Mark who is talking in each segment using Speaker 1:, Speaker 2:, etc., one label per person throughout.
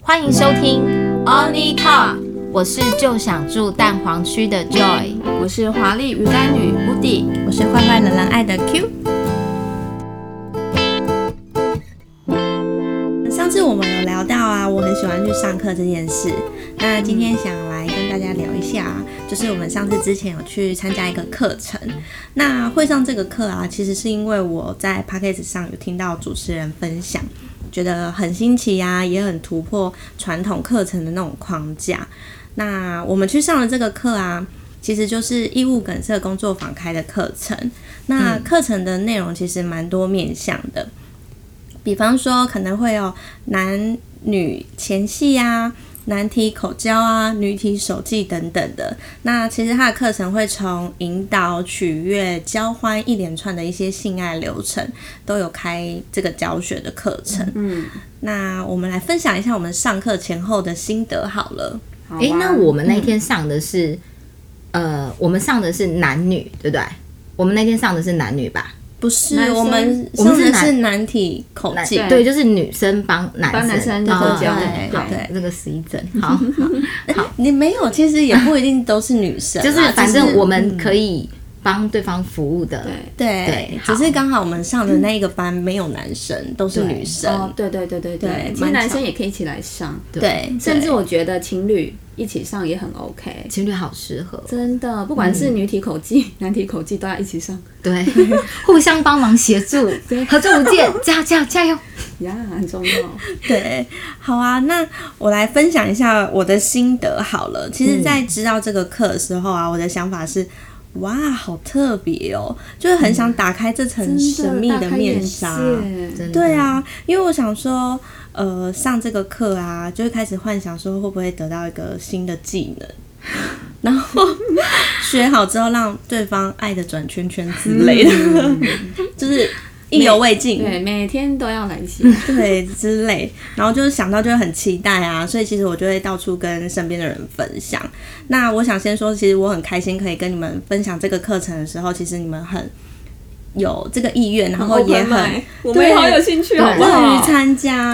Speaker 1: 欢迎收听 Only Talk，我是就想住蛋黄区的 Joy。
Speaker 2: 我是华丽鱼干女 Woody。
Speaker 3: 我是坏坏冷冷爱的 Q。上次我们有聊到啊，我很喜欢去上课这件事。那今天想来跟大家聊一下啊，就是我们上次之前有去参加一个课程。那会上这个课啊，其实是因为我在 p a c k a g e 上有听到主持人分享，觉得很新奇啊，也很突破传统课程的那种框架。那我们去上了这个课啊，其实就是义务梗塞工作坊开的课程。那课程的内容其实蛮多面向的，比方说可能会有男女前戏啊、男体口交啊、女体手技等等的。那其实它的课程会从引导、取悦、交欢一连串的一些性爱流程，都有开这个教学的课程。
Speaker 2: 嗯，
Speaker 3: 那我们来分享一下我们上课前后的心得好了。
Speaker 2: 好
Speaker 1: 诶，
Speaker 2: 啊
Speaker 1: 那我们那天上的是，呃，我们上的是男女，对不对？我们那天上的是男女吧？
Speaker 3: 不是
Speaker 2: 男，生
Speaker 3: 我们
Speaker 1: 我们
Speaker 3: 上
Speaker 1: 是
Speaker 3: 的
Speaker 1: 男
Speaker 3: 是男体口
Speaker 1: 男
Speaker 3: 技，
Speaker 1: 对，就是女生帮男生
Speaker 2: 哦帮男生做
Speaker 1: 哦
Speaker 3: 交
Speaker 1: 对
Speaker 2: 对
Speaker 1: 好
Speaker 3: 对
Speaker 1: 这个十一整， 好，好
Speaker 3: 你没有，其实也不一定都是女生啦，啊
Speaker 1: 就是反正
Speaker 3: 只
Speaker 1: 我们可以帮对方服务的，
Speaker 2: 嗯对
Speaker 3: 对
Speaker 1: 对，
Speaker 3: 只
Speaker 1: 好
Speaker 3: 是刚好我们上的那一个班没有男生，都是女
Speaker 1: 嗯
Speaker 2: 哦
Speaker 3: 生，，
Speaker 2: 对对对对
Speaker 3: 对
Speaker 2: 其实
Speaker 3: 蛮
Speaker 2: 男
Speaker 3: 长
Speaker 2: 生也可以一起来上，
Speaker 3: 对，
Speaker 2: 甚至
Speaker 3: 对
Speaker 2: 我觉得情侣一起上也很 OK。
Speaker 1: 情侣好适合，
Speaker 2: 真的，不管是女体口技、男体口技，都要一起上
Speaker 1: 对， 互相帮忙协助，合作无 间，加油加油加油！
Speaker 2: 呀很重 要。
Speaker 3: 对，好啊。那我来分享一下我的心得好了。其实，在知道这个课的时候
Speaker 1: 嗯
Speaker 3: 啊，我的想法是。哇，好特别哦！就是
Speaker 1: 嗯
Speaker 3: 很想打开这层神秘
Speaker 2: 大
Speaker 3: 的
Speaker 2: 开眼
Speaker 3: 面
Speaker 2: 界
Speaker 3: 纱，
Speaker 1: 真的
Speaker 3: 对，啊，因为我想说，呃，上这个课啊，就会开始幻想说会不会得到一个新的技能， 然后学好之后让对方爱的转圈圈之类的， 就是意犹未尽。
Speaker 2: 对，每天都要来 一起。
Speaker 3: 对之类，然后就是想到就会很期待啊，所以其实我就会到处跟身边的人分享。那我想先说，其实我很开心可以跟你们分享这个课程的时候，其实你们很有这个意愿，然后也
Speaker 2: open
Speaker 3: 很
Speaker 2: mind，我们也好有兴趣，
Speaker 1: 对
Speaker 2: 好不
Speaker 3: 乐于
Speaker 2: 好？
Speaker 3: 参加。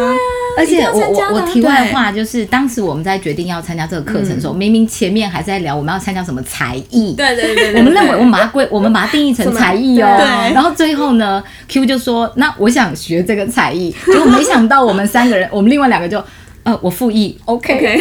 Speaker 1: 而且我
Speaker 2: 一定要参加
Speaker 1: 我
Speaker 2: 的
Speaker 1: 我题外话就是，当时我们在决定要参加这个课程的
Speaker 2: 嗯
Speaker 1: 时候，明明前面还在聊我们要参加什么才艺，
Speaker 2: 对对对对，对
Speaker 1: 我们认为我们把它 归，我们把它定义成才艺哦。
Speaker 2: 什
Speaker 3: 么对
Speaker 1: 然后最后呢，Q 就说：“那我想学这个才 艺。”结果没想到我们三个人，我们另外两个就，呃，我复议
Speaker 2: OK，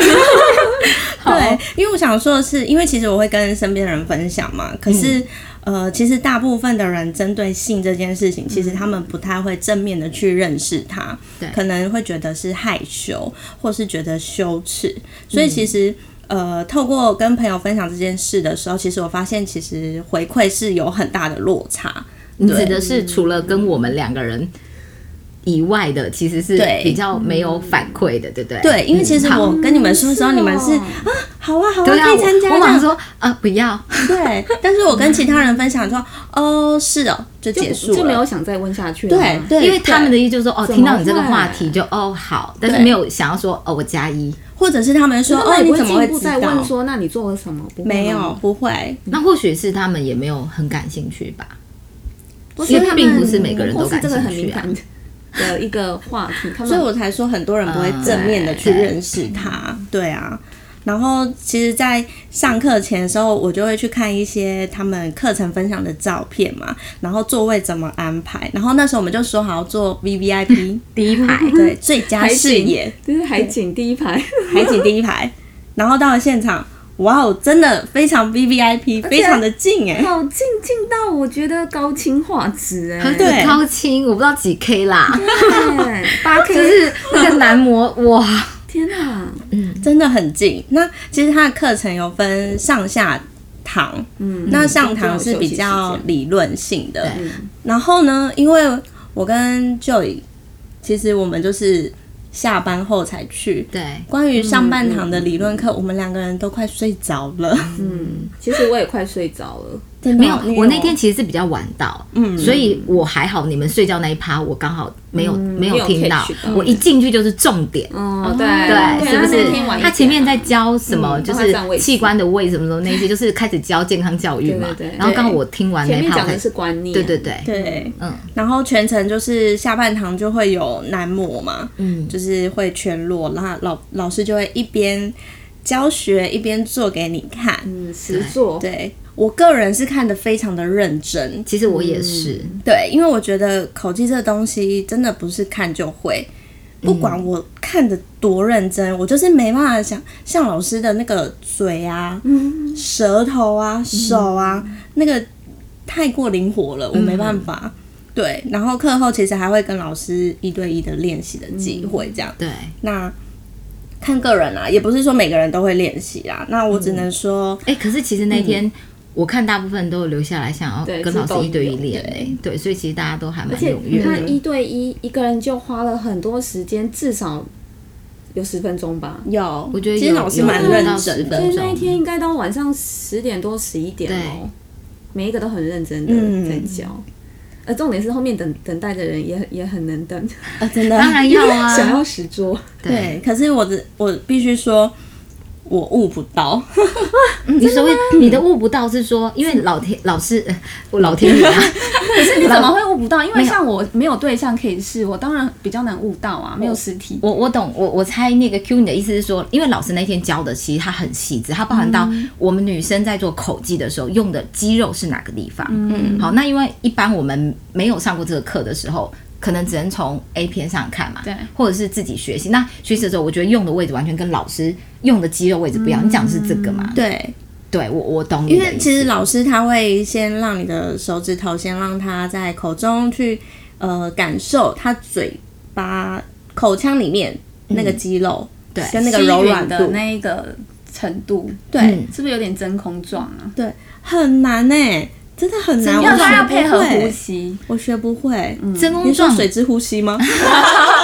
Speaker 3: 对，因为我想说的是，因为其实我会跟身边的人分享
Speaker 1: 嗯
Speaker 3: 嘛，可是、呃，其实大部分的人针对性这件事情，其实他们不太会正面的去认识它，
Speaker 1: 嗯对
Speaker 3: 可能会觉得是害羞，或是觉得羞耻，
Speaker 1: 嗯
Speaker 3: 所以其实。呃，透过跟朋友分享这件事的时候，其实我发现，其实回馈是有很大的落差。
Speaker 1: 你指的是除了跟我们两个人以外的，其实是
Speaker 3: 对
Speaker 1: 比较没有反馈的，对不对？
Speaker 3: 对，因为其实
Speaker 1: 嗯好
Speaker 3: 我跟你们说的时候，
Speaker 2: 是哦
Speaker 3: 你们是啊，好啊，好啊，
Speaker 1: 对啊，
Speaker 3: 可以参加
Speaker 1: 我
Speaker 3: 这
Speaker 1: 我马
Speaker 3: 样
Speaker 1: 上说，呃，不要，
Speaker 3: 对，但是我跟其他人分享说，哦，是哦，就
Speaker 2: 就
Speaker 3: 结束了，
Speaker 2: 就没有想再问下去了吗。
Speaker 3: 对对，
Speaker 1: 因为他
Speaker 3: 的
Speaker 1: 们的意思就是说，哦，
Speaker 2: 怎么
Speaker 1: 听到你这个
Speaker 2: 会
Speaker 1: 话题就哦好，但是
Speaker 3: 对
Speaker 1: 没有想要说哦我加一。
Speaker 3: 或者是他们说，
Speaker 2: 那
Speaker 3: 哦，
Speaker 2: 你
Speaker 3: 你
Speaker 2: 不
Speaker 3: 怎么
Speaker 2: 进
Speaker 3: 会
Speaker 2: 一步
Speaker 3: 知
Speaker 2: 再
Speaker 3: 道嗯
Speaker 2: 问？说，那你做了什么？不会吗
Speaker 3: 没有，，不会，
Speaker 1: 那或许是他们也没有很感兴趣吧。
Speaker 2: 不
Speaker 1: 因为
Speaker 2: 他们
Speaker 1: 并不是每个人都
Speaker 2: 或是
Speaker 1: 感
Speaker 2: 这个很
Speaker 1: 兴趣
Speaker 2: 敏
Speaker 1: 啊
Speaker 2: 感的一个话题，他
Speaker 3: 所以
Speaker 2: 们
Speaker 3: 我才说很多人不会正面的去
Speaker 1: 嗯对
Speaker 3: 认识他，对啊。然后其实，在上课前的时候，我就会去看一些他们课程分享的照片嘛，然后座位怎么安排。然后那时候我们就说好要坐 V V I P
Speaker 1: 第一排，
Speaker 3: 对，最佳视野，
Speaker 2: 就是海景第一排，
Speaker 3: 海景第一排。然后到了现场，哇哦，真的非常 V V I P，非常的近 哎，
Speaker 2: 好近近哦到我觉得高清画质 哎，
Speaker 3: 对
Speaker 1: 超轻，我不知道几 K 啦，
Speaker 2: 对，八 K，
Speaker 1: 就是那个男模哇，
Speaker 2: 天哪，
Speaker 3: 真的很近。那其实它的课程有分上下堂，
Speaker 2: 嗯，
Speaker 3: 那上堂是比较理论性的。
Speaker 1: 对
Speaker 3: 然后呢，因为我跟 Joy，其实我们就是下班后才去。
Speaker 1: 对，
Speaker 3: 关于上半堂的理论课，我们两个人都快睡着了。
Speaker 2: 嗯，其实我也快睡着了，
Speaker 3: 真的
Speaker 1: 嗯没
Speaker 3: 哦
Speaker 1: 有
Speaker 3: 你，
Speaker 1: 我那天其实是比较晚到，
Speaker 3: 嗯
Speaker 1: 所以我还好，你们睡觉那一趴我刚好没有、没
Speaker 2: 嗯没
Speaker 1: 有
Speaker 2: 有
Speaker 1: 听
Speaker 2: catch
Speaker 1: 到
Speaker 2: 到，
Speaker 1: 我一进去就是重点。
Speaker 2: 哦，对
Speaker 1: 对，
Speaker 2: 对，啊
Speaker 1: 是不
Speaker 2: 那天晚
Speaker 1: 是？
Speaker 2: 一点
Speaker 1: 他前面在教什么，
Speaker 2: 嗯
Speaker 1: 就
Speaker 2: 包括占位
Speaker 1: 是
Speaker 2: 置
Speaker 1: 器官的位什么什么 那些，就是开始教健康教育嘛
Speaker 2: 对对。对
Speaker 1: 然后刚好我听完
Speaker 2: 前
Speaker 1: 那一
Speaker 2: 面
Speaker 1: 趴，我
Speaker 2: 讲
Speaker 1: 才
Speaker 2: 的是啊观念，
Speaker 1: 对对对，
Speaker 3: 对，
Speaker 1: 嗯
Speaker 3: 然后全程就是下半堂就会有男模嘛，
Speaker 1: 嗯，
Speaker 3: 就是会全裸，那老老师就会一边教学一边做给你看。
Speaker 2: 嗯，实作，
Speaker 3: 对我个人是看得非常的认真，
Speaker 1: 其实我也是，
Speaker 2: 嗯
Speaker 3: 对，因为我觉得口技这东西真的不是看就会，不管我看的多认真，我就是没办法想像老师的那个嘴啊、
Speaker 2: 嗯，
Speaker 3: 舌头啊、手啊，那个太过灵活了，我没办法。对，然后课后其实还会跟老师一对一的练习的机会，这样。
Speaker 1: 对，
Speaker 3: 那看个人啦、啊也不是说每个人都会练习啦。那我只能说，
Speaker 1: 哎、可是其实那天、我看大部分都有留下来，想要
Speaker 2: 嗯对
Speaker 1: 跟老
Speaker 2: 这
Speaker 1: 师
Speaker 2: 都
Speaker 1: 一对一
Speaker 2: 有
Speaker 1: 练、欸，对，所以其实大家都还蛮
Speaker 2: 而且
Speaker 1: 踊跃
Speaker 2: 他
Speaker 1: 的。
Speaker 2: 一对一，一个人就花了很多时间，至少有十分钟吧。
Speaker 3: 有，
Speaker 1: 我觉得
Speaker 3: 其实
Speaker 1: 有
Speaker 3: 老师
Speaker 1: 有
Speaker 3: 蛮
Speaker 1: 有
Speaker 3: 认
Speaker 1: 到
Speaker 3: 真
Speaker 1: 10
Speaker 3: 的
Speaker 2: 所以
Speaker 1: 分，
Speaker 2: 那一天应该到晚上十点多、十一点哦，每一个都很认真
Speaker 3: 嗯
Speaker 2: 的在教。呃，重点是后面等等待的人也也很能等，
Speaker 3: 呃，真的。
Speaker 1: 当然要 啊，
Speaker 2: 想要十桌，
Speaker 1: 对，
Speaker 3: 对，可是我只我必须说，我悟不到。
Speaker 1: 你所谓你的悟不到是说，因为老天老师，呃我老天爷 啊，
Speaker 2: 可是你
Speaker 1: 怎么
Speaker 2: 会悟不到？因
Speaker 1: 为像
Speaker 2: 我没有对象可以试，我当然比较难悟到啊，没有实体。
Speaker 1: 我我懂，我我猜那个 Q 你的意思是说，因为老师那天教的其实它很细致，它包含到
Speaker 2: 嗯
Speaker 1: 我们女生在做口技的时候用的肌肉是哪个地方。嗯，好，那因为一般我们没有上过这个课的时候。可能只能从 A 片上看嘛，
Speaker 2: 对
Speaker 1: 或者是自己学习。那学习的时候，我觉得用的位置完全跟老师用的肌肉位置不一样。你讲的是这个 嘛？
Speaker 3: 对，
Speaker 1: 对，我我懂你
Speaker 3: 因
Speaker 1: 的
Speaker 3: 为
Speaker 1: 意
Speaker 3: 其实
Speaker 1: 思。
Speaker 3: 老师他会先让你的手指头先让它在口中去呃感受它嘴巴口腔里面那个肌肉，
Speaker 1: 对
Speaker 3: 跟那个柔软
Speaker 4: 的
Speaker 3: 度，
Speaker 4: 那一个程度，
Speaker 3: 对，
Speaker 1: 嗯
Speaker 4: 是不是有点真空状啊？
Speaker 3: 对，很难呢、真的很难，
Speaker 4: 要它要
Speaker 3: 嗯我学
Speaker 4: 配
Speaker 3: 不
Speaker 4: 合呼
Speaker 3: 会，
Speaker 4: 吸，
Speaker 3: 我学不会。
Speaker 1: 真
Speaker 3: 你
Speaker 1: 空
Speaker 3: 说
Speaker 1: 状
Speaker 3: 水之呼吸吗？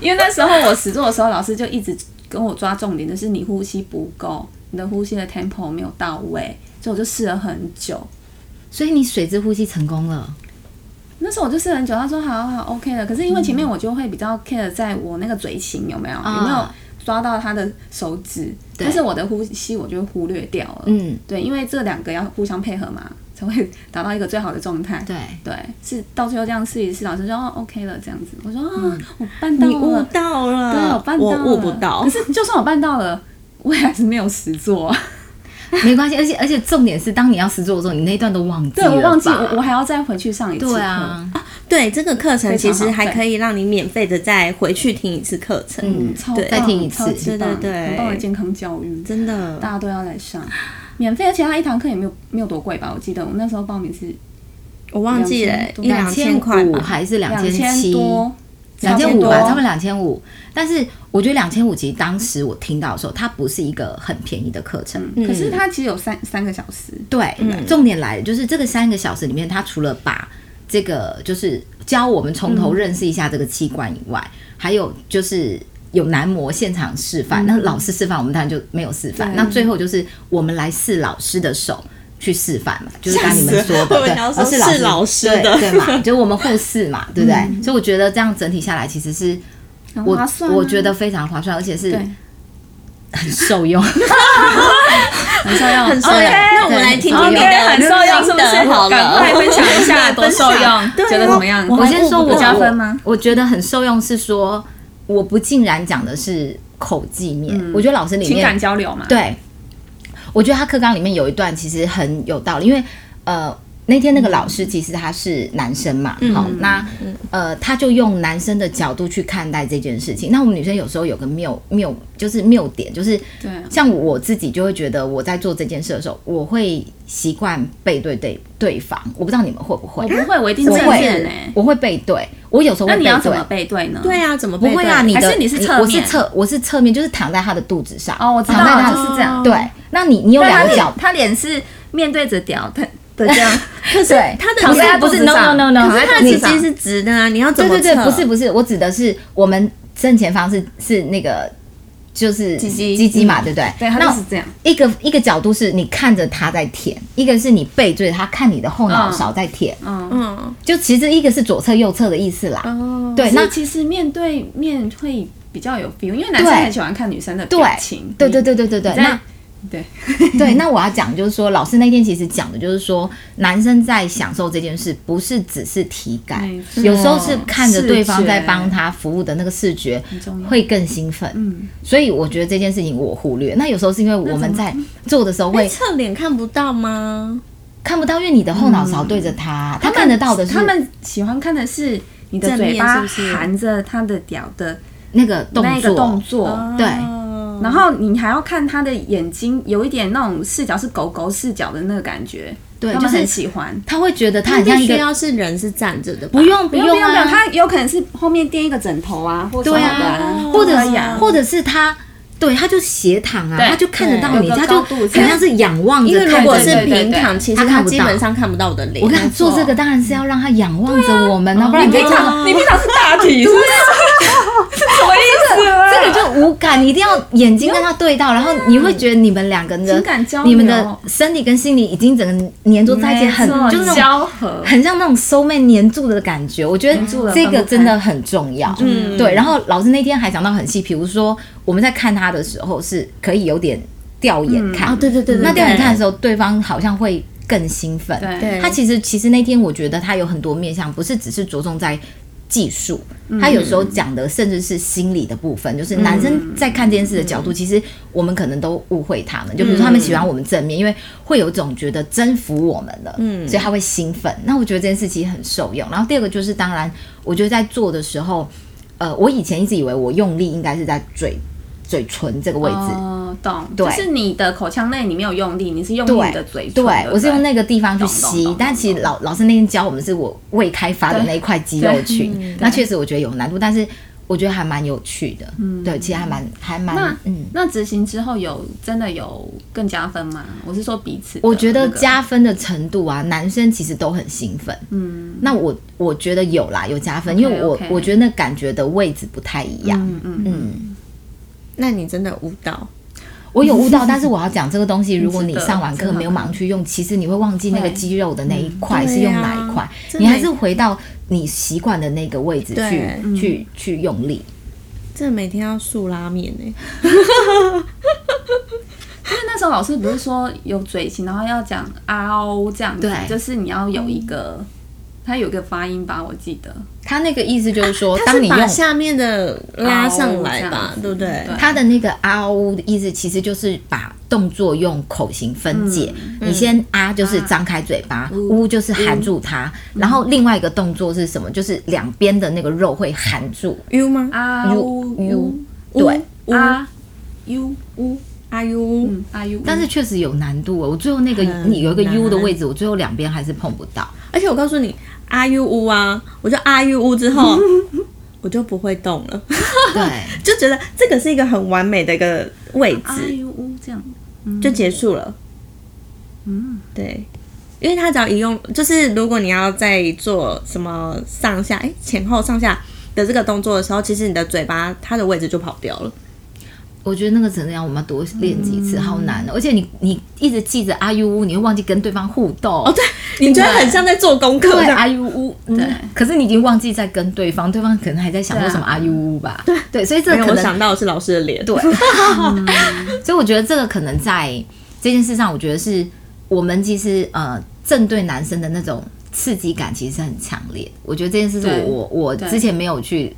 Speaker 4: 因为那时候我实做的时候，老师就一直跟我抓重点，就是你呼吸不够，你的呼吸的 tempo 没有到位，所以我就试了很久。
Speaker 1: 所以你水之呼吸成功了。
Speaker 4: 那时候我就试了很久，他说好好 OK 了。可是因为前面我就会比较 care 在我那个嘴型有没有、有没有
Speaker 1: 啊
Speaker 4: 抓到他的手指，
Speaker 1: 对
Speaker 4: 但是我的呼吸我就忽略掉了。
Speaker 1: 嗯，
Speaker 4: 对，因为这两个要互相配合嘛，才会达到一个最好的状态。
Speaker 1: 对，
Speaker 4: 对，是到最后这样试一试，老师说哦 OK 了这样子，我说啊、我办到
Speaker 3: 你悟
Speaker 4: 了，
Speaker 3: 到了，
Speaker 4: 对，啊我办
Speaker 3: 嗯
Speaker 4: 到
Speaker 3: 我
Speaker 4: 了，
Speaker 3: 悟不到
Speaker 4: 可。是就算我办到了，我也还是没有实做、啊。
Speaker 1: 没关系。而且而且重点是，当你要实做的时候，你那一段都忘记
Speaker 4: 对
Speaker 1: 了吧。
Speaker 4: 我忘记，我我还要再回去上一次课。
Speaker 1: 对啊，
Speaker 3: 对，这个课程
Speaker 4: 非
Speaker 3: 其
Speaker 4: 常
Speaker 3: 实
Speaker 4: 好
Speaker 3: 还
Speaker 4: 对
Speaker 3: 可以让你免费的再回去听一次课程。
Speaker 4: 嗯，超
Speaker 3: 对
Speaker 4: 棒，
Speaker 1: 再听一次
Speaker 4: 超级棒
Speaker 3: 对对对
Speaker 4: 很棒的健康教育，
Speaker 3: 真的，
Speaker 4: 大家都要来上，免费，而且他一堂课也没有没有多贵吧？我记得我那时候报名是
Speaker 3: 我忘记了
Speaker 4: 2000，多
Speaker 3: 一两千块
Speaker 1: 五
Speaker 3: 吧。
Speaker 1: 还是两
Speaker 4: 千
Speaker 1: 七？
Speaker 4: 多，
Speaker 1: 两
Speaker 4: 差
Speaker 1: 千
Speaker 4: 不
Speaker 1: 五
Speaker 4: 多
Speaker 1: 吧，差不多两千五。但是我觉得两千五其实当时我听到的时候，它不是一个很便宜的课程。
Speaker 3: 嗯
Speaker 4: 可是它其实有三三个小时，
Speaker 1: 对，重点来了，就是这个三个小时里面，它除了把这个就是教我们从
Speaker 3: 嗯
Speaker 1: 头认识一下这个器官以外，还有就是。有男模现场示
Speaker 3: 嗯
Speaker 1: 范，那老师示范我们当然就没有示范。
Speaker 4: 对
Speaker 1: 那最后就是我们来试老师的手去示范嘛，就是刚刚你
Speaker 3: 吓
Speaker 1: 们
Speaker 3: 死
Speaker 1: 说的，
Speaker 3: 我以为
Speaker 1: 对，
Speaker 3: 你要说
Speaker 1: 哦是
Speaker 3: 试老师
Speaker 1: 对
Speaker 3: 的嗯
Speaker 1: 对嘛，就是我们互试嘛，对不对？所以我觉得这样整体下来其实是
Speaker 4: 很
Speaker 1: 我
Speaker 4: 划算、啊
Speaker 1: 我觉得非常划算，而且是
Speaker 4: 对
Speaker 1: 很受用。
Speaker 4: 很受用，
Speaker 3: 很受用。
Speaker 1: OK，
Speaker 3: 那我们来听听你的
Speaker 4: 对很受用是
Speaker 3: 心
Speaker 4: 不是
Speaker 3: 得好
Speaker 4: 赶快
Speaker 3: 了。
Speaker 4: 分享一下多
Speaker 3: 分
Speaker 4: 受
Speaker 3: 享
Speaker 4: 用，
Speaker 3: 对啊
Speaker 4: 觉得怎么样？
Speaker 3: 我
Speaker 1: 我
Speaker 3: 还
Speaker 1: 先说
Speaker 3: 我
Speaker 1: 我
Speaker 4: 加分吗？
Speaker 1: 我觉得很受用是说，我不竟然讲的是口技面，我觉得老师里
Speaker 4: 情感
Speaker 1: 面
Speaker 4: 交流嘛，
Speaker 1: 对，我觉得他课纲里面有一段其实很有道理，因为呃。那天那个老师其实他是男生嘛，
Speaker 4: 嗯
Speaker 1: 好，那呃他就用男生的角度去看待这件事情。那我们女生有时候有个谬谬，就是谬点，就是
Speaker 4: 对啊
Speaker 1: 像我自己就会觉得我在做这件事的时候，我会习惯背对对对方，我不知道你们会不会
Speaker 4: 我？不会，我一定
Speaker 1: 我
Speaker 4: 正面
Speaker 1: 会
Speaker 4: 呢、，
Speaker 1: 我会背对，我有时候
Speaker 4: 那
Speaker 1: 会
Speaker 4: 你
Speaker 1: 背
Speaker 4: 要怎
Speaker 1: 对
Speaker 4: 么。背对呢？
Speaker 3: 对啊，怎么
Speaker 1: 不会啊，
Speaker 3: 背对
Speaker 1: 你的
Speaker 4: 还是你是侧
Speaker 1: 我是
Speaker 4: 面
Speaker 1: 侧我是侧面，就是躺在他的肚子上。
Speaker 4: 哦，我知道
Speaker 1: 躺在
Speaker 4: 了，
Speaker 1: 他
Speaker 4: 就是这样。
Speaker 1: 对，啊那你你有
Speaker 4: 但他
Speaker 1: 两个
Speaker 4: 脸
Speaker 1: 角，
Speaker 4: 他脸是面对着屌，他的 这样，
Speaker 1: 对，
Speaker 3: 他的
Speaker 4: 躺
Speaker 1: 不
Speaker 4: 在
Speaker 1: 是
Speaker 4: 他
Speaker 1: 不
Speaker 4: 肚
Speaker 1: 是
Speaker 4: 子
Speaker 1: no
Speaker 4: 上
Speaker 1: no no no，
Speaker 4: 躺在
Speaker 3: 它
Speaker 4: 他
Speaker 3: 其
Speaker 4: 肚子
Speaker 3: 实
Speaker 4: 上
Speaker 3: 是直的啊，你要怎
Speaker 1: 对
Speaker 3: 么
Speaker 1: 对对，
Speaker 3: 测
Speaker 1: 不是不是，我指的是我们正前方是是那个就是
Speaker 4: 鸡鸡嗯
Speaker 1: 鸡鸡嘛，对不对？
Speaker 4: 对，它
Speaker 1: 那
Speaker 4: 就是这样。
Speaker 1: 一个一个角度是你看着他在舔，一个是你背对着他看你的后脑勺在舔，
Speaker 4: 嗯，
Speaker 3: 嗯，
Speaker 1: 就其实一个是左侧右侧的意思啦。
Speaker 4: 哦
Speaker 1: 对那
Speaker 4: 其实面对面会比较有 feel，因为男生
Speaker 1: 对
Speaker 4: 很喜欢看女生的
Speaker 1: 对
Speaker 4: 表情。，嗯
Speaker 1: 对对对对对对。
Speaker 4: 你在
Speaker 1: 那
Speaker 4: 对，
Speaker 1: 对，那我要讲就是说，老师那天其实讲的就是说，男生在享受这件事，不是只是体感
Speaker 4: 没，错
Speaker 1: 有时候是看着对
Speaker 4: 视
Speaker 1: 方
Speaker 4: 觉
Speaker 1: 在帮他服务的那个视觉
Speaker 4: 很重要
Speaker 1: 会更兴奋。
Speaker 4: 嗯，
Speaker 1: 所以我觉得这件事情我忽略。那有时候是因为我们在做的时候
Speaker 3: 会
Speaker 4: 哎
Speaker 1: 会
Speaker 3: 侧脸看不到吗？
Speaker 1: 看不到，因为你的后脑勺对着他，
Speaker 4: 他
Speaker 1: 他
Speaker 4: 们
Speaker 1: 看得到的
Speaker 4: 嗯
Speaker 1: 是
Speaker 4: 他们喜欢看的是你的
Speaker 3: 正面
Speaker 4: 嘴巴
Speaker 3: 是不是
Speaker 4: 含着他的屌的
Speaker 1: 那个动
Speaker 4: 那个
Speaker 1: 作。
Speaker 4: 动作。
Speaker 1: 对
Speaker 3: 哦
Speaker 4: 然后你还要看他的眼睛，有一点那种视角是狗狗视角的那个感觉，
Speaker 1: 对
Speaker 4: 他们
Speaker 1: 就是
Speaker 4: 很喜欢。
Speaker 1: 他会觉得他
Speaker 3: 那
Speaker 1: 很像
Speaker 3: 必
Speaker 1: 一
Speaker 3: 须
Speaker 1: 个
Speaker 3: 要是人是站着的吧，
Speaker 1: 不用不
Speaker 4: 不用不用不用，
Speaker 1: 啊，
Speaker 4: 他有可能是后面垫一个枕头啊，或什么
Speaker 1: 对
Speaker 4: 的
Speaker 1: 啊
Speaker 4: 啊，，
Speaker 1: 或者
Speaker 4: 可以啊
Speaker 1: 或者是他。对，他就斜躺啊，
Speaker 4: 对
Speaker 1: 他就看得到
Speaker 4: 对
Speaker 1: 你，
Speaker 4: 有个
Speaker 1: 他就
Speaker 4: 高度
Speaker 1: 很像是仰望
Speaker 3: 因
Speaker 1: 着
Speaker 3: 为如
Speaker 1: 看
Speaker 3: 果
Speaker 1: 着
Speaker 3: 是
Speaker 4: 对
Speaker 1: 你。
Speaker 4: 对
Speaker 3: 平躺，其实
Speaker 1: 他看
Speaker 3: 他
Speaker 1: 不到
Speaker 3: 基本上看不到我的脸。
Speaker 1: 我跟他做
Speaker 4: 没错
Speaker 1: 这个当然是要让他仰望着我们啊，不然
Speaker 4: 你平
Speaker 1: 你就知道
Speaker 4: 常你平常是大体 是不是？什么意思啊？
Speaker 1: 啊这个就无感，你一定要眼睛跟他对到，然后你会觉得你们两个人的
Speaker 4: 情感交流
Speaker 1: 你们的生理跟心理已经整个粘着在一起，很
Speaker 4: 没错
Speaker 1: 就是那种
Speaker 4: 交合，
Speaker 1: 很像那种 soul mate 粘住的感觉。我觉得
Speaker 4: 住了
Speaker 1: 这个
Speaker 4: 分不开
Speaker 1: 真的很重要。
Speaker 3: 嗯
Speaker 1: 对。然后老师那天还讲到很细，比如说我们在看他的时候是可以有点掉眼看，
Speaker 3: 哦，对对对对，
Speaker 1: 那
Speaker 3: 对
Speaker 1: 掉眼看的时候，对方好像会更兴奋。
Speaker 4: 对
Speaker 3: 对
Speaker 1: 他其实其实那天我觉得他有很多面向，不是只是着重在技术，
Speaker 4: 嗯
Speaker 1: 他有时候讲的甚至是心理的部分，就是
Speaker 3: 嗯
Speaker 1: 男生在看这件事的角
Speaker 4: 嗯
Speaker 1: 度，其实我们可能都误会他
Speaker 3: 嗯
Speaker 1: 们，就比如说他们喜欢我们正面，因为会有一种觉得征服我们了，嗯，所以他会兴奋。那我觉得这件事其实很受用。然后第二个就是，当然，我觉得在做的时候，呃，我以前一直以为我用力应该是在嘴嘴唇这个位置，
Speaker 4: 哦，懂，
Speaker 1: 对
Speaker 4: 就是你的口腔内你没有用力，你是用
Speaker 1: 对
Speaker 4: 你的嘴唇，
Speaker 1: 对
Speaker 4: 对不对，
Speaker 1: 我是用那个地方去
Speaker 4: 懂懂懂
Speaker 1: 吸
Speaker 4: 懂，
Speaker 1: 但其实老老师那天教我们是我未开发的那一块肌肉
Speaker 4: 嗯
Speaker 1: 群，那确实我觉得有难度，但是我觉得还蛮有趣的，对，其实还蛮还
Speaker 4: 嗯
Speaker 1: 蛮
Speaker 4: 那，
Speaker 1: 嗯，
Speaker 4: 那执行之后有真的有更加分吗？我是说彼此的那个，
Speaker 1: 我觉得加分的程度啊，男生其实都很兴奋，
Speaker 4: 嗯，
Speaker 1: 那我我觉得有啦，有加分，因为我
Speaker 4: OK，OK
Speaker 1: 我觉得那感觉的位置不太一样，
Speaker 4: 嗯嗯嗯，
Speaker 1: 嗯。
Speaker 3: 那你真的舞蹈
Speaker 1: 我有悟到，但是我要讲这个东 西，如果
Speaker 4: 值
Speaker 1: 你
Speaker 4: 得
Speaker 1: 上完
Speaker 4: 值
Speaker 1: 课
Speaker 4: 得
Speaker 1: 没有马上去用，其实你会忘记那个
Speaker 4: 会
Speaker 1: 肌肉的那一块
Speaker 3: 嗯
Speaker 1: 是用哪一块，
Speaker 3: 对啊
Speaker 1: 你还是回到你习惯的那个位置
Speaker 3: 对嗯
Speaker 1: 去去去用力。
Speaker 3: 这每天要素拉面欸呢、
Speaker 4: 因为那时候老师不是说有嘴型，然后要讲嗷这样子
Speaker 1: 对，
Speaker 4: 就是你要有一个，它有一个发音吧，我记得，
Speaker 1: 他那个意思就是说，
Speaker 3: 他
Speaker 1: 当
Speaker 3: 是
Speaker 1: 你用
Speaker 3: 把下面的拉上来
Speaker 4: 凹这
Speaker 3: 吧
Speaker 4: 样，子
Speaker 3: 对不对？
Speaker 4: 对
Speaker 1: 他的那个啊呜的意思，其实就是把动作用口型分解。
Speaker 3: 嗯
Speaker 1: 你先啊就是张开嘴巴，呜、就是含住它，
Speaker 3: 嗯
Speaker 1: 然后另外一个动作是什么？就是两边的那个肉会含住。
Speaker 3: U 吗？
Speaker 4: 嗷呜
Speaker 1: 对，
Speaker 3: 呜
Speaker 4: 啊 u 呜，
Speaker 3: 啊 U，
Speaker 4: 嗯啊 u，
Speaker 1: 但是确实有难度哦。我最后那个
Speaker 3: 很
Speaker 1: 你有一个 U 的
Speaker 3: 难
Speaker 1: 位置，我最后两边还是碰不到。
Speaker 3: 而且我告诉你啊 U 呜啊，我就啊 U 呜之后，我就不会动了，
Speaker 1: 对，
Speaker 3: 就觉得这个是一个很完美的一个位
Speaker 4: 啊
Speaker 3: 置，
Speaker 4: u 呜这样，
Speaker 3: 就结束了。嗯，对。因为他只要一用，就是如果你要在做什么上下，哎、前后上下的这个动作的时候，其实你的嘴巴它的位置就跑掉了。
Speaker 1: 我觉得那个怎么样，我们要多练几
Speaker 3: 嗯
Speaker 1: 次，好难、哦。而且你你一直记着啊 U 呜，你会忘记跟对方互动。
Speaker 3: 哦，对，你觉得很像在做功课这
Speaker 1: 对
Speaker 3: 样，
Speaker 1: 啊 U 呜，对。
Speaker 3: 嗯
Speaker 1: 可是你已经忘记在跟对方，对方可能还在想说什么啊 U 呜吧。对对，所以这
Speaker 3: 没有，
Speaker 1: 个可
Speaker 3: 我
Speaker 1: 能
Speaker 3: 想到的是老师的脸。
Speaker 1: 对，所以我觉得这个可能在这件事上，我觉得是我们其实呃正对男生的那种刺激感其实是很强烈的。我觉得这件事是
Speaker 4: 对
Speaker 1: 我我我
Speaker 4: 对
Speaker 1: 之前没有去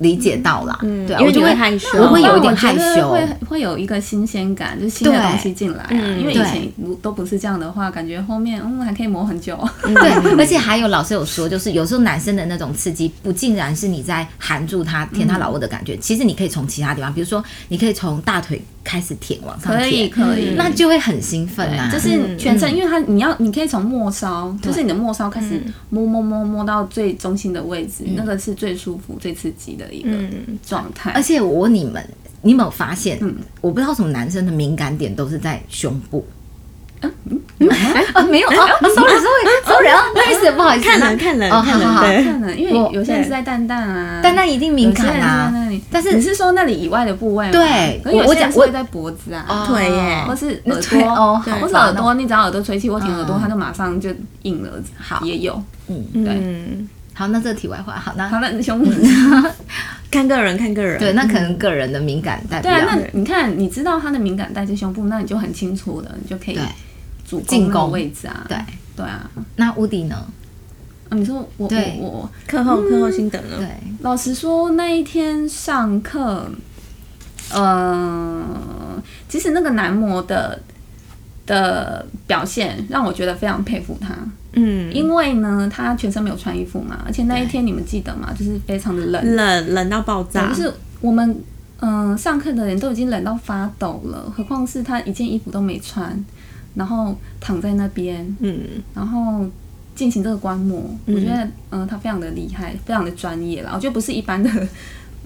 Speaker 1: 理解到啦，对啊，
Speaker 3: 嗯因为
Speaker 1: 我就
Speaker 3: 你
Speaker 1: 会
Speaker 3: 会害羞
Speaker 1: 我会有
Speaker 4: 哦那我
Speaker 1: 一点
Speaker 4: 觉
Speaker 1: 害
Speaker 4: 得
Speaker 1: 羞。
Speaker 4: 会会有一个新鲜感，就是新的
Speaker 1: 对
Speaker 4: 东西进来啊。因为以
Speaker 1: 嗯对
Speaker 4: 前如都不是这样的话，感觉后面嗯还可以磨很久。
Speaker 1: 对，
Speaker 4: 嗯
Speaker 1: 而且还有老师有说，就是有时候男生的那种刺激，不尽然是你在含住他、舔他老二的感觉，其实你可以从其他地方，比如说你可以从大腿开始舔，往上
Speaker 4: 可以
Speaker 1: 舔，
Speaker 4: 可以，
Speaker 1: 嗯那就会很兴奋啊。
Speaker 4: 对，就是全身，因为它你要你可以从末梢，就是你的末梢开始
Speaker 1: 嗯
Speaker 4: 摸摸摸摸到最中心的位置，那个是最舒服、最刺激的一个状态。
Speaker 1: 嗯而且我问你们，你有没有发现？我不知道为什么男生的敏感点都是在胸部，
Speaker 4: 嗯
Speaker 1: 啊，没有啊，sorry，sorry，sorry 啊，不好意思，不好意思，
Speaker 3: 看人看人
Speaker 1: 哦
Speaker 3: 看
Speaker 1: 好好好
Speaker 3: 人，
Speaker 4: 看了，因为有些人是在蛋蛋啊，
Speaker 1: 但那一定敏
Speaker 4: 有些
Speaker 1: 感
Speaker 4: 人是在
Speaker 1: 啊。
Speaker 4: 那里，
Speaker 1: 但是
Speaker 4: 你是说那里以外的部位吗？
Speaker 1: 对
Speaker 4: 可是有
Speaker 1: 我
Speaker 4: 些
Speaker 1: 讲
Speaker 4: 人是
Speaker 1: 我
Speaker 4: 会在脖子啊
Speaker 1: 哦。
Speaker 3: 腿耶
Speaker 4: 或是
Speaker 1: 那
Speaker 4: 耳
Speaker 1: 腿
Speaker 4: 朵
Speaker 1: 哦
Speaker 4: 对
Speaker 1: 好
Speaker 4: 或是
Speaker 1: 吧
Speaker 4: 耳朵，你只要耳朵吹气或挺耳朵，
Speaker 1: 嗯
Speaker 4: 它就马上就硬了。
Speaker 1: 好
Speaker 4: 也有。
Speaker 3: 嗯，
Speaker 1: 好，那这个题外话，好，那
Speaker 4: 好了， 胸部。
Speaker 3: 看个人看个人，
Speaker 1: 对，那可能个人的敏感带不
Speaker 4: 对
Speaker 1: 一
Speaker 4: 啊，
Speaker 1: 样。
Speaker 4: 那你看，你知道他的敏感带是胸部，那你就很清楚了，你就可以
Speaker 1: 对
Speaker 4: 主
Speaker 1: 进
Speaker 4: 那个
Speaker 1: 攻
Speaker 4: 位置啊。
Speaker 1: 对，
Speaker 4: 对啊。
Speaker 1: 那乌迪呢？
Speaker 4: 啊你说我
Speaker 1: 对
Speaker 4: 我我，
Speaker 3: 课后课后心得呢
Speaker 1: 嗯
Speaker 4: 嗯
Speaker 1: 对，，
Speaker 4: 老实说那一天上课，呃，其实那个男模的的表现让我觉得非常佩服他，
Speaker 3: 嗯，
Speaker 4: 因为呢他全身没有穿衣服嘛，而且那一天你们记得吗？就是非常的冷，
Speaker 3: 冷冷到爆炸，
Speaker 4: 就是我们嗯、呃上课的人都已经冷到发抖了，何况是他一件衣服都没穿，然后躺在那边，
Speaker 3: 嗯
Speaker 4: 然后进行这个观摩，我觉得嗯、呃他非常的厉害，非常的专业啦，我觉得不是一般的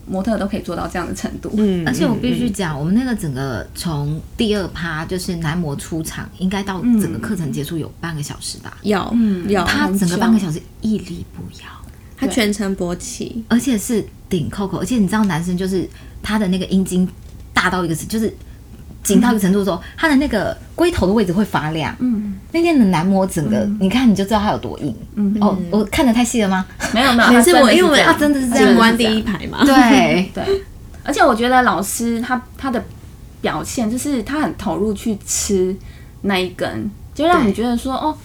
Speaker 4: 模特都可以做到这样的程度。
Speaker 3: 嗯，
Speaker 1: 而且我
Speaker 3: 嗯
Speaker 1: 必须讲，我们那个整个从第二趴就是男模出场，应该到整个课程结束有半个小时吧。
Speaker 3: 有
Speaker 4: 嗯
Speaker 3: 有，
Speaker 1: 他整个
Speaker 4: 久
Speaker 1: 半个小时屹立不摇，
Speaker 3: 他全程勃起，
Speaker 1: 而且是顶扣扣，而且你知道男生就是他的那个阴茎大到一个就是紧到一个程度的时候，他的那个龟头的位置会发亮。
Speaker 4: 嗯，
Speaker 1: 那天的男模整个，你看你就知道他有多硬。
Speaker 4: 嗯
Speaker 1: 哦，我看的太细了吗？
Speaker 4: 没有没有，
Speaker 3: 每
Speaker 4: 他
Speaker 3: 次
Speaker 4: 真的
Speaker 3: 我
Speaker 4: 是
Speaker 3: 因为我
Speaker 4: 这样
Speaker 1: 他真的是这
Speaker 3: 景
Speaker 1: 样
Speaker 3: 观第一排嘛，
Speaker 1: 对
Speaker 4: 对，而且我觉得老师他他的表现就是他很投入去吃那一根，就让你觉得说哦，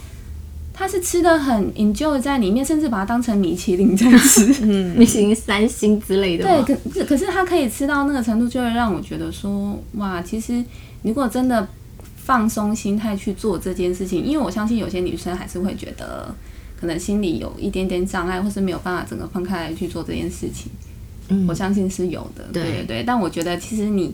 Speaker 4: 他是吃的很 enjoy 在里面，甚至把它当成米其林在吃。
Speaker 3: 嗯
Speaker 2: 米其林三星之类的
Speaker 4: 对，
Speaker 2: 吗，
Speaker 4: 可可可是他可以吃到那个程度，就会让我觉得说哇，其实如果真的放松心态去做这件事情，因为我相信有些女生还是会觉得。可能心里有一点点障碍，或是没有办法整个放开来去做这件事情。
Speaker 1: 嗯
Speaker 4: 我，相信是有的，
Speaker 1: 对
Speaker 4: 对对对。但我觉得其实你，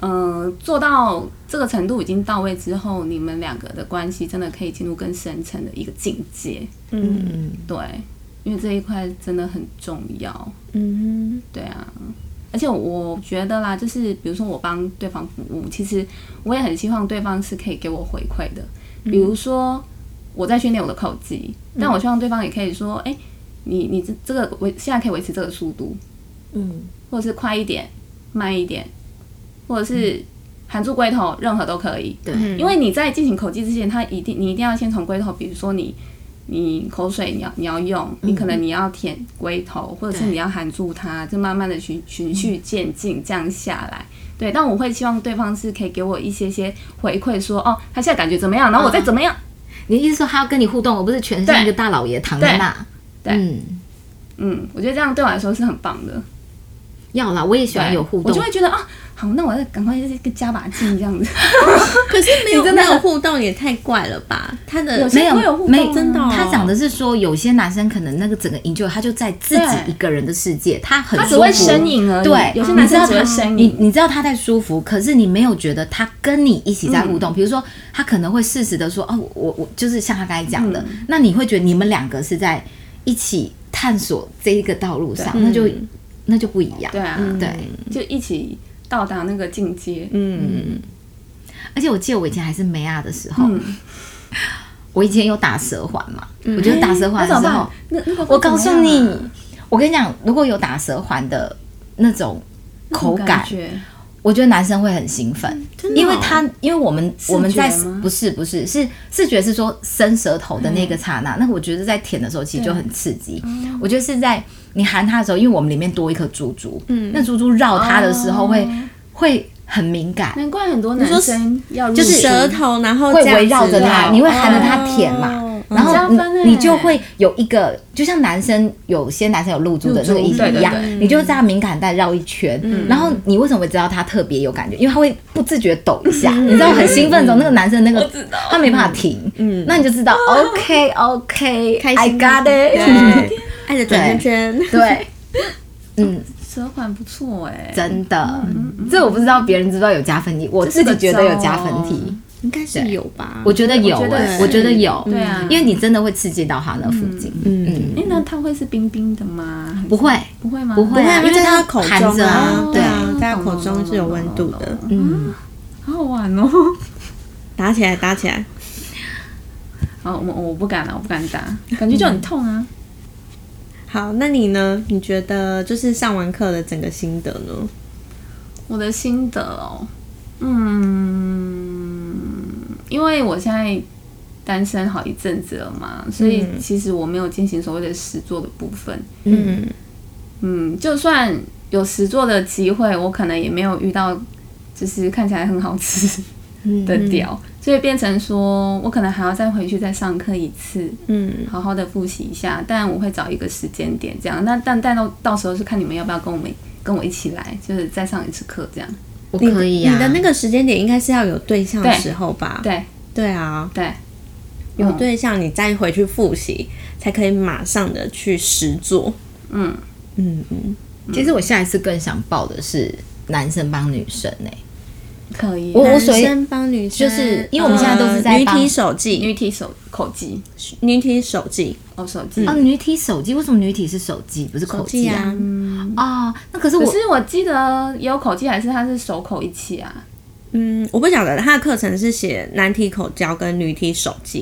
Speaker 4: 嗯、做到这个程度已经到位之后，你们两个的关系真的可以进入更深层的一个境界，
Speaker 3: 嗯
Speaker 4: 对，因为这一块真的很重要，
Speaker 3: 嗯
Speaker 4: 对啊。而且我觉得啦，就是比如说我帮对方服务，其实我也很希望对方是可以给我回馈的，比如说我在训练我的口技，但我希望对方也可以说，哎、你你这这个维现在可以维持这个速度，
Speaker 1: 嗯，
Speaker 4: 或者是快一点、慢一点，或者是含住龟头，任何都可以。
Speaker 1: 对
Speaker 3: 嗯
Speaker 4: 因为你在进行口技之前，它一定你一定要先从龟头，比如说你你口水你要你要用，
Speaker 1: 嗯
Speaker 4: 你可能你要舔龟头，或者是
Speaker 1: 对
Speaker 4: 你要含住它，就慢慢的循循序渐进这样下来。对，但我会希望对方是可以给我一些些回馈，说哦，他现在感觉怎么样，然后我再怎么样。
Speaker 1: 你的意思说他要跟你互动，而不是全身
Speaker 4: 对
Speaker 1: 一个大老爷躺在那？
Speaker 4: 对
Speaker 1: 嗯，
Speaker 4: 嗯，我觉得这样对我来说是很棒的。
Speaker 1: 要啦，我也喜
Speaker 4: 对，
Speaker 1: 欢有互
Speaker 4: 我就
Speaker 1: 动
Speaker 4: 会。觉得啊，好，那我再赶快再加把劲这样子。
Speaker 3: 可是没有
Speaker 4: 你真
Speaker 3: 没
Speaker 4: 的
Speaker 3: 有互动也太怪了吧？他的
Speaker 4: 有些
Speaker 1: 没有
Speaker 4: 会有互
Speaker 1: 没
Speaker 4: 动啊
Speaker 3: 真的哦
Speaker 1: 他讲的是说，有些男生可能那个整个 enjoy，他就在自己
Speaker 4: 对
Speaker 1: 一个人的世界，他 很
Speaker 4: 他只
Speaker 1: 舒
Speaker 4: 会
Speaker 1: 服
Speaker 4: 呻吟而已。
Speaker 1: 对，
Speaker 4: 有些男生只会
Speaker 1: 你知道他
Speaker 4: 呻
Speaker 1: 你
Speaker 4: 吟。
Speaker 1: 你知道他在舒服，可是你没有觉得他跟你一起在互动。
Speaker 4: 嗯
Speaker 1: 比如说，他可能会适时的说：“哦，我我我就是像他刚才讲的。
Speaker 4: 嗯
Speaker 1: 那你会觉得你们两个是在一起探索这一个道路上，那就、那就不一样。
Speaker 4: 对啊，
Speaker 1: 对，
Speaker 4: 就一起到达那个境界。
Speaker 3: 嗯
Speaker 1: 而且我记得我以前还是梅亚的时候，
Speaker 4: 嗯
Speaker 1: 我以前有打蛇环嘛，我觉得打蛇环
Speaker 4: 哎那
Speaker 1: 的
Speaker 4: 怎么
Speaker 1: 时候
Speaker 4: 办，？那那个
Speaker 1: 我告
Speaker 4: 怎
Speaker 1: 诉
Speaker 4: 么样
Speaker 1: 你
Speaker 4: 啊，
Speaker 1: 我跟你讲，如果有打蛇环的那种口
Speaker 4: 那种
Speaker 1: 感，
Speaker 4: 觉
Speaker 1: 我觉得男生会很兴奋，
Speaker 3: 的哦
Speaker 1: 因为他因为我们
Speaker 4: 视觉
Speaker 1: 我们在
Speaker 4: 吗
Speaker 1: 不是不是是视觉是说伸舌头的那个刹
Speaker 4: 哎
Speaker 1: 那，那我觉得在舔的时候其实就很刺激。我觉得是在你含它的时候，因为我们里面多一颗珠珠，嗯，那珠珠绕它的时
Speaker 4: 哦
Speaker 1: 候会、会很敏感，
Speaker 4: 难怪很多
Speaker 3: 说
Speaker 4: 男生要入
Speaker 3: 就是嗯
Speaker 4: 坑
Speaker 3: 舌头，然后
Speaker 1: 会
Speaker 3: 这样
Speaker 1: 围绕
Speaker 3: 子
Speaker 1: 着它，
Speaker 3: 绕
Speaker 1: 你会含着它舔嘛。
Speaker 3: 哦
Speaker 1: 然后
Speaker 4: 很加分
Speaker 1: 你你
Speaker 4: 欸
Speaker 1: 就会有一个，就像男生有些男生有露珠的那个
Speaker 4: 露珠
Speaker 1: 意思
Speaker 4: 对
Speaker 1: 一
Speaker 4: 对
Speaker 1: 样
Speaker 4: 对，嗯
Speaker 1: 你就在他敏感带绕一圈。然后你为什么会知道他特别有感觉？因为他会不自觉抖一下，
Speaker 4: 嗯
Speaker 1: 你知道很兴奋的时候，那个男生那个他没办法停，
Speaker 4: 嗯
Speaker 1: 那你就知道 OK OK
Speaker 3: 开
Speaker 1: I
Speaker 3: 心
Speaker 1: got
Speaker 3: 对
Speaker 1: it，
Speaker 3: 爱的转圈圈，
Speaker 1: 对，嗯，
Speaker 4: 舌环不错哎，
Speaker 1: 真的，这我不知道别人知不知道有加分题，
Speaker 4: 嗯
Speaker 1: 我
Speaker 4: 这是
Speaker 1: 自
Speaker 4: 个
Speaker 1: 己觉得有加
Speaker 4: 招
Speaker 1: 分
Speaker 4: 哦
Speaker 1: 题，
Speaker 3: 应该是有吧？
Speaker 1: 我觉得有
Speaker 4: 我觉
Speaker 1: 欸，
Speaker 4: 得
Speaker 1: 我觉得
Speaker 4: 是
Speaker 1: 有，
Speaker 4: 对啊
Speaker 1: 因为你真的会刺激到他那附近，嗯，
Speaker 4: 哎，那它会是冰冰的吗？
Speaker 1: 不会。
Speaker 4: 不会吗？
Speaker 1: 不会
Speaker 3: 不
Speaker 1: 啊
Speaker 3: 会，
Speaker 1: 因为
Speaker 3: 在
Speaker 1: 它
Speaker 3: 他口
Speaker 1: 含
Speaker 3: 中
Speaker 1: 着啊
Speaker 3: 啊，对
Speaker 1: 对
Speaker 3: 啊，在他
Speaker 4: 懂
Speaker 3: 口
Speaker 4: 了
Speaker 3: 中
Speaker 4: 懂
Speaker 3: 是有
Speaker 4: 了
Speaker 3: 温
Speaker 4: 懂
Speaker 3: 度
Speaker 4: 了
Speaker 3: 的。
Speaker 1: 嗯，
Speaker 4: 好好玩哦。
Speaker 3: 打起来，打起来！
Speaker 4: 然后我我不敢啊，我不敢打，感觉就很痛啊。
Speaker 3: 好，那你呢？你觉得就是上完课的整个心得呢？
Speaker 1: 嗯
Speaker 4: 我的心得哦，嗯，因为我现在单身好一阵子了嘛，所以
Speaker 1: 嗯
Speaker 4: 其实我没有进行所谓的实作的部分。
Speaker 3: 嗯
Speaker 4: 嗯，就算有实作的机会，我可能也没有遇到，就是看起来很好吃的
Speaker 1: 嗯
Speaker 4: 屌，所以变成说我可能还要再回去再上课一次，
Speaker 3: 嗯
Speaker 4: 好好的复习一下。但我会找一个时间点这样，那但但到到时候是看你们要不要跟我们跟我一起来，就是再上一次课这样。
Speaker 1: 我可以呀、啊
Speaker 3: 你的那个时间点应该是要有对象的
Speaker 4: 对
Speaker 3: 时候吧？
Speaker 4: 对
Speaker 3: 啊对嗯啊，
Speaker 4: 对，哦
Speaker 3: 有对象你再回去复习，才可以马上的去实做。
Speaker 4: 嗯，
Speaker 3: 嗯嗯，
Speaker 1: 其实我下一次更想报的是男生帮女生哎、
Speaker 4: 可以。
Speaker 1: 我我所
Speaker 3: 男
Speaker 1: 以
Speaker 3: 生帮女生，
Speaker 1: 就是因为我们现在都是在
Speaker 3: 呃女
Speaker 1: 帮
Speaker 3: 体手记，
Speaker 4: 女体手口技
Speaker 3: 女体手记，
Speaker 4: 哦，手技。
Speaker 1: 啊，女体手机为什么女体是手机不是口技啊？
Speaker 3: 啊，
Speaker 1: 哦，那可是
Speaker 4: 可
Speaker 1: 我
Speaker 4: 是我记得也有口技，还是它是手口一起啊？
Speaker 3: 嗯，我不晓得他的课程是写男体口交跟女体手记，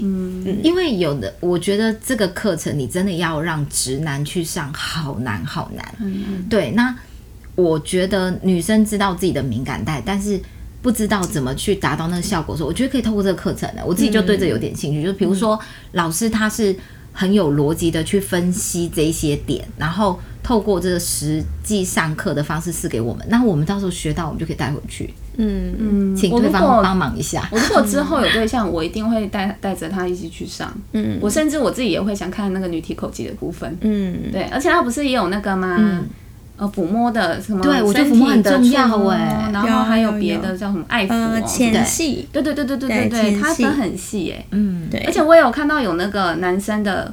Speaker 1: 因为有的，我觉得这个课程你真的要让直男去上，好难好难。对，那我觉得女生知道自己的敏感带，但是不知道怎么去达到那个效果的时候，我觉得可以透过这个课程的，我自己就对这有点兴趣。就比如说，老师他是很有逻辑的去分析这一些点，然后透过这个实际上课的方式试给我们，那我们到时候学到，我们就可以带回去，
Speaker 3: 嗯
Speaker 4: 嗯
Speaker 1: 请
Speaker 4: 我
Speaker 1: 对
Speaker 4: 如
Speaker 1: 方帮
Speaker 4: 果
Speaker 1: 忙一下。
Speaker 4: 我如果之后有对象，我一定会带带着他一起去上。
Speaker 3: 嗯
Speaker 4: 我甚至我自己也会想看那个女体口技的部分。
Speaker 3: 嗯，
Speaker 4: 对，而且它不是也有那个吗？
Speaker 1: 嗯
Speaker 4: 呃，抚摸的什么？
Speaker 1: 对我觉得抚摸很重要欸
Speaker 4: 然后还有
Speaker 3: 有
Speaker 4: 别
Speaker 3: 有
Speaker 4: 的叫什么爱抚、
Speaker 3: 呃，
Speaker 4: 哦。
Speaker 3: 前戏，
Speaker 4: 对对对对对
Speaker 3: 对
Speaker 4: 对对，
Speaker 3: 前
Speaker 4: 它
Speaker 3: 戏
Speaker 4: 分很细耶、
Speaker 1: 嗯，
Speaker 3: 对，哦
Speaker 4: 而且我有看到有那个男生的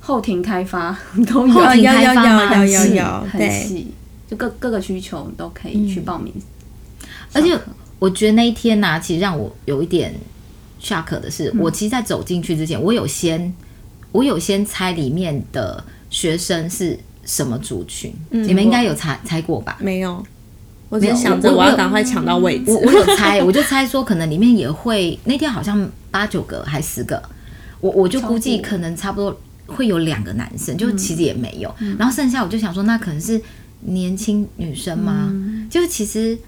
Speaker 4: 后庭开发都有
Speaker 1: 后，
Speaker 3: 呃
Speaker 1: 庭
Speaker 3: 有有
Speaker 1: 开
Speaker 3: 有
Speaker 1: 放吗
Speaker 3: 有有
Speaker 1: 很
Speaker 3: 有，
Speaker 4: 啊很
Speaker 3: 对，
Speaker 4: 细，就各各个需求都可以去报名。
Speaker 1: 而且我觉得那一天呢、其实让我有一点 shock 的是，我其实，在走进去之前，我有先我有先猜里面的学生是什么族群，你们应该有猜猜过吧？
Speaker 3: 没有，我只是
Speaker 1: 没有
Speaker 3: 想着
Speaker 1: 我
Speaker 3: 我
Speaker 1: 我
Speaker 3: 要赶快抢到位置
Speaker 1: 我，我有猜，我就猜说可能里面也会那天好像八九个还十个，我我就估计
Speaker 4: 超过嗯
Speaker 1: 可能差不多会有两个男生，就其实也没有，然后剩下我就想说那可能是年轻女生吗？
Speaker 4: 嗯
Speaker 1: 就其实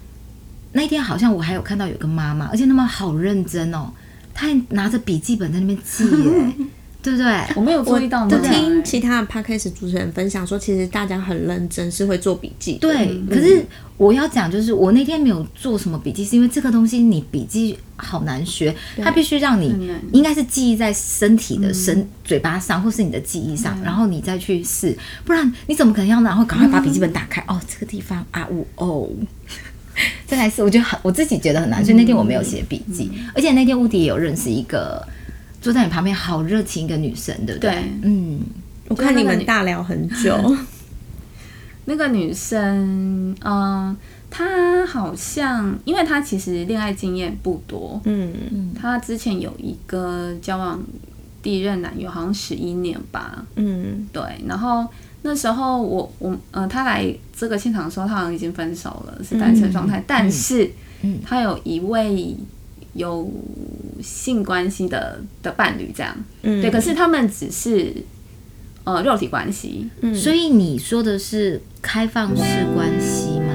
Speaker 1: 那天好像我还有看到有个妈妈，而且那妈好认真哦，她还拿着笔记本在那边记 耶，对不对？
Speaker 4: 我没有注意到欸
Speaker 3: 就
Speaker 4: 呢，
Speaker 3: 听其他的 podcast 主持人分享说，其实大家很认真，是会做笔记的。
Speaker 1: 对，
Speaker 4: 嗯
Speaker 1: 可是我要讲就是，我那天没有做什么笔记，是因为这个东西你笔记好难学，它必须让
Speaker 4: 很
Speaker 1: 你
Speaker 4: 难嗯
Speaker 1: 应该是记忆在身体的身、嘴巴上，或是你的记忆上，然后你再去试，不然你怎么可能要然后赶快把笔记本打开？
Speaker 4: 嗯
Speaker 1: 哦，这个地方啊，五哦。再来一次，我觉得很，我自己觉得很难，所以那天我
Speaker 4: 嗯
Speaker 1: 没有写笔记。而且那天乌迪也有认识一个坐在你旁边好热情一个女生，对不对？
Speaker 4: 对
Speaker 1: 嗯，
Speaker 3: 我看你们大聊很久，
Speaker 4: 那个女生，嗯、她好像，因为她其实恋爱经验不多，
Speaker 3: 嗯
Speaker 4: 她之前有一个交往第一任男友，好像十一年吧，
Speaker 3: 嗯
Speaker 4: 对。然后那时候我我呃，她来这个现场的时候，她好像已经分手了，是单身
Speaker 3: 嗯
Speaker 4: 状态，但是
Speaker 1: 嗯
Speaker 4: 她有一位有性关系的的伴侣，这样，
Speaker 3: 嗯，
Speaker 4: 对。可是他们只是呃肉体关系，
Speaker 1: 所以你说的是开放式关系吗？